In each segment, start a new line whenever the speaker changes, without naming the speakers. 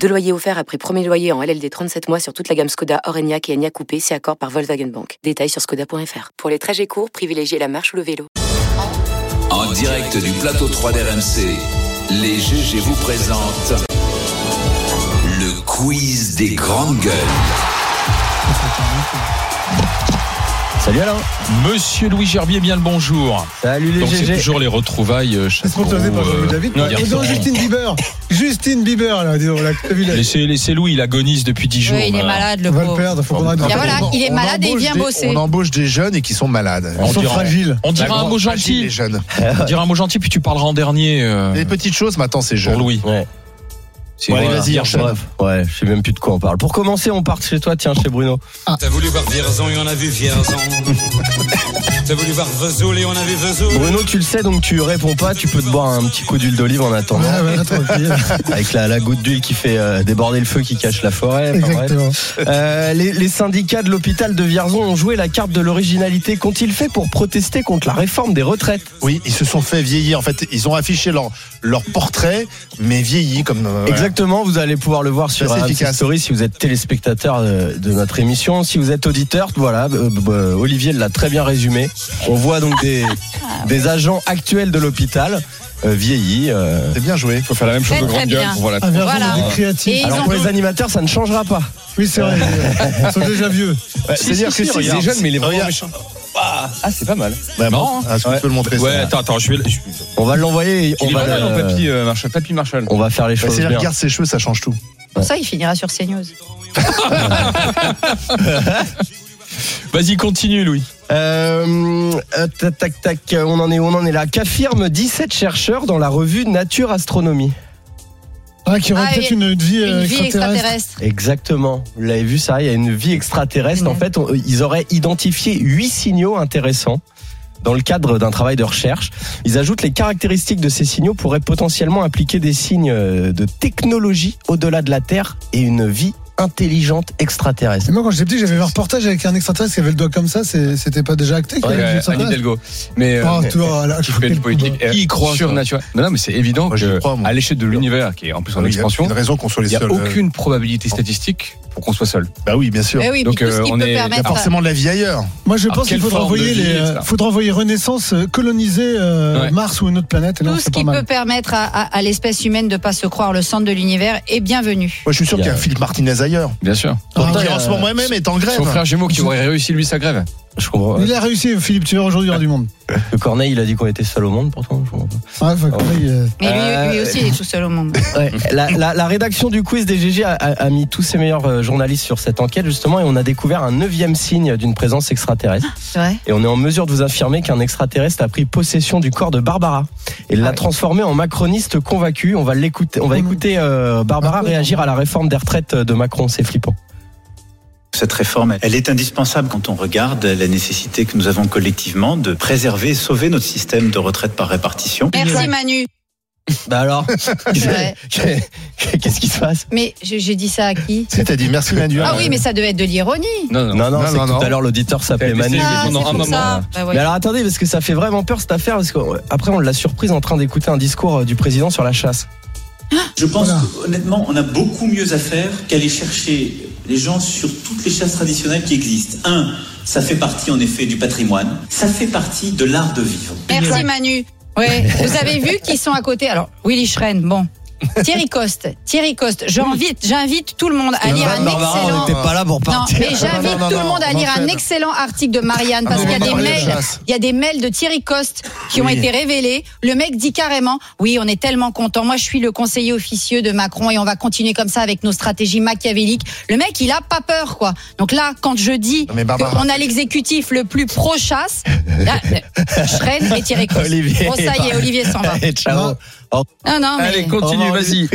Deux loyers offerts après premier loyer en LLD 37 mois sur toute la gamme Skoda, Orenia et Enya Coupé, si accord par Volkswagen Bank. Détails sur skoda.fr. Pour les trajets courts, privilégiez la marche ou le vélo.
En direct du plateau 3 d'RMC, les GG vous présentent le quiz des grandes gueules.
Salut Alain.
Monsieur Louis Gerbier, bien le bonjour.
Salut les
Donc c'est
GG.
toujours les retrouvailles euh,
C'est
Chaperon,
sponsorisé par Jean-Louis
euh,
David.
non,
Et
hier
donc,
soir.
Justine Bieber. Justine Bieber, là, dis donc, là, t'as vu, là,
Laissez, laissez Louis, il agonise depuis 10 jours. euh,
Oui, il est
là.
malade, le
on va le
pauvre.
perdre, faut qu'on arrête de
Et
le
voilà,
perdre.
il est
On
malade et il
embauche
vient
des-
bosser.
On embauche des jeunes et qui sont malades.
Ils
On
sont
dira-
fragiles.
On
La
dira un
grande
mot
fragile, Les
gentil.
jeunes.
On dira un mot gentil, puis tu parleras en dernier euh,
Les petites choses, maintenant, c'est
pour
jeune.
Louis.
Ouais.
C'est
Ouais,
vrai.
allez, vas-y,
Hier
enchaîne.
soir.
Bref, ouais, je sais même plus de quoi on parle. Pour commencer, on part chez toi, tiens, chez Bruno.
T'as voulu voir Vierzon et on a vu Vierzon. T'as voulu voir Vesoul et on a vu Vesoul.
Bruno, tu le sais, donc tu réponds pas, tu peux te boire un petit coup d'huile d'olive en attendant.
Ouais, ouais, tranquille.
Avec la, la goutte d'huile qui fait euh, déborder le feu qui cache la forêt. enfin, bref.
Exactement.
Euh, les, les syndicats de l'hôpital de Vierzon ont joué la carte de l'originalité. Qu'ont-ils fait pour protester contre la réforme des retraites
Oui, ils se sont fait vieillir. En fait, ils ont affiché leur, leur portrait, mais vieilli comme. euh, voilà.
Exactement, vous allez pouvoir le voir sur
assez
RMC
efficace.
Story si vous êtes téléspectateur euh, de notre émission. Si vous êtes auditeur, voilà, euh, b- euh, Olivier l'a très bien résumé. On voit donc des, des agents actuels de l'hôpital euh, vieillis. euh.
C'est bien joué.
Faut faire la même chose
Très,
aux
très
grandes
bien.
gueules. Voilà.
Ah, Vierzon,
Voilà.
on est des créatifs.
Et
Alors
ils
pour
ont-
les animateurs, ça ne changera pas.
Oui, c'est vrai. Ils sont déjà vieux.
C'est-à-dire que si, il est jeune, mais il est vraiment méchant.
Ah, c'est pas mal.
Oh, Bah,
Marrant,
bon, est-ce que
Ouais.
tu peux le montrer
Ouais,
ça
attends, attends, je vais. je-
On va l'envoyer. et On
il est
va, Oh.
malade,
le-
hein, papy, euh, Marshall, papy Marshall.
on va faire les
Bah,
choses
c'est-à-dire,
bien.
regarde ses cheveux, ça change tout.
Pour ça, il finira sur CNews.
Vas-y, continue, Louis.
Euh, euh, tac, tac, tac, on en est, où on en est là. Qu'affirment 17 chercheurs dans la revue Nature Astronomie
Ah, qui aurait
Ah,
peut-être
et-
une, une vie euh,
Une vie
extraterrestre.
extraterrestre.
Exactement. Vous l'avez vu ça, il y a une vie extraterrestre. En
Mm.
fait, on- ils auraient identifié huit signaux intéressants dans le cadre d'un travail de recherche. Ils ajoutent les caractéristiques de ces signaux pourraient potentiellement impliquer des signes euh, de technologie au-delà de la Terre et une vie intelligente extraterrestre.
Et moi, quand j'étais petit, j'avais vu un reportage avec un extraterrestre qui avait le doigt comme ça. c'est- C'était pas déjà acté qu'il
Ouais,
avait
euh,
une vie
Anne
extraterrestre
Hidalgo. Mais. euh,
Oh,
Ah, tu vois, là,
qui fait du
quel coup,
politique.
bah.
euh,
Qui y croit, ça
surnaturel. Non, non, mais c'est évident
Moi, j'y
que,
crois, moi.
à l'échelle de l'univers, qui est en plus en
Oui,
expansion,
Il y a une raison qu'on soit
il
les
n'y a
seuls. euh,
aucune probabilité statistique pour qu'on soit seul.
Bah oui, bien sûr.
Eh oui,
Donc,
puis tout ce
euh,
qui
on est-
peut
il y a
permettre. à-
Forcément de la vie ailleurs.
Moi, je
Ah,
pense qu'il
quelle
faudra
forme de
envoyer,
vie,
les, euh,
ça.
faudra envoyer Renaissance euh, coloniser euh,
Ouais.
Mars ou une autre planète. Et non,
Tout ce
c'est pas
qui
mal.
peut permettre à, à- à l'espèce humaine de pas se croire le centre de l'univers est bienvenu.
Moi, je suis sûr
Il y
qu'il y
a-
a un Philippe Martinez ailleurs.
Bien sûr.
Ah,
qui,
ouais.
en ce moment même, est en grève.
Son frère Gémeaux qui aurait réussi, lui, sa grève.
Je comprends.
Il a réussi, Philippe, tu es aujourd'hui hors du monde.
Le Corneille, il a dit qu'on était seul au monde, pourtant. Je comprends pas.
Ah, faut que-
Oh.
oui, euh,
Mais lui,
Euh,
lui aussi, il est tout seul au monde.
Ouais, la, la- la rédaction du quiz des GG a, a- a mis tous ses meilleurs euh, journalistes sur cette enquête justement et on a découvert un neuvième signe d'une présence extraterrestre.
C'est vrai.
Et on est en mesure de vous affirmer qu'un extraterrestre a pris possession du corps de Barbara et
Ah
l'a transformé en macroniste convaincu. On va l'écouter, on va
Oh
Mmh.
non.
écouter euh, Barbara
Ah
Un peu,
réagir à la réforme des retraites de Macron. C'est flippant.
Cette réforme, elle est indispensable quand on regarde la nécessité que nous avons collectivement de préserver et sauver notre système de retraite par répartition.
Merci Manu.
Bah alors,
C'est vrai.
qu'est-ce qui se passe
Mais je- j'ai dit ça à qui
Si, t'as dit merci Manu.
Ah oui, mais ça devait être de l'ironie.
Non,
Non non,
Non,
c'est
non,
que
non.
tout à l'heure l'auditeur s'appelait
Elle a testé
Manu.
les
il
Ah,
est
pendant
c'est
un
pour
moment.
ça. Bah ouais.
Mais alors attendez, parce que ça fait vraiment peur cette affaire, parce qu'après on l'a surprise en train d'écouter un discours euh, du président sur la chasse.
Je pense
Voilà.
honnêtement, on a beaucoup mieux à faire qu'aller chercher les gens sur toutes les chasses traditionnelles qui existent. Un, ça fait partie en effet du patrimoine, ça fait partie de l'art de vivre.
Merci Manu. Ouais. Vous avez vu qu'ils sont à côté. Alors, Willy Schren, bon. Thierry Coste, Thierry Coste, j'invite, j'invite tout le monde à lire un excellent.
n'était pas là pour
Non, mais j'invite tout le monde à lire un excellent article de Marianne parce qu'il y a des mails, il y a des mails de Thierry Coste qui ont
Oui.
été révélés. Le mec dit carrément, oui, on est tellement content. Moi, je suis le conseiller officieux de Macron et on va continuer comme ça avec nos stratégies machiavéliques. Le mec, il a pas peur, quoi. Donc là, quand je dis
Non, mais Barbara-
qu'on a l'exécutif le plus pro chasse, là, Schren et Thierry Coste.
Olivier.
Bon, ça y est, Olivier s'en va.
Allez, ciao.
Non, non, mais.
Allez, continue, vas-y.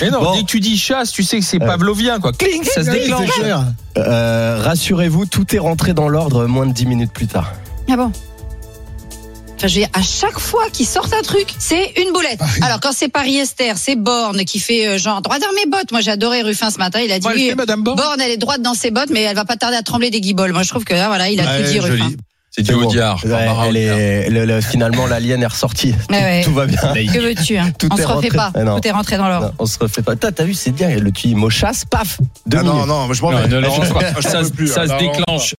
Mais non,
Bon.
dès que tu dis chasse, tu sais que c'est pavlovien, quoi. Cling, ça se
oui,
déclenche.
c'est clair.
Euh, Rassurez-vous, tout est rentré dans l'ordre moins de 10 minutes plus tard.
Ah bon ah Enfin, je veux dire, à chaque fois qu'ils sortent un truc, c'est une boulette.
Ah
Alors, quand c'est Paris-Esther, c'est Borne qui fait euh, genre droit dans mes bottes. Moi, j'ai adoré Ruffin ce matin. Il a dit
Bon, elle
oui,
fait, Madame Borne.
Borne, elle est droite dans ses bottes, mais elle va pas tarder à trembler des guibolles. Moi, je trouve que là, voilà, il a tout dit, Ruffin.
C'est du
C'est bon.
Audiard.
Ouais,
Barbara
elle
Audiard.
est, le- le- finalement, l'alien est ressortie.
Ouais, ouais.
Tout va bien.
Que veux-tu hein
Tout
On
est
se refait
rentré-
pas.
Eh non.
Tout est rentré dans l'ordre.
Non, on se refait pas. T'as t'as vu, c'est bien. Le tuyau mot chasse, paf. Deux
Ah
minutes.
non, non, mais je m'en
Non,
vais.
ne le
Je-
lance pas.
je
Ça
peux
se-
plus,
ça
alors,
se
non.
déclenche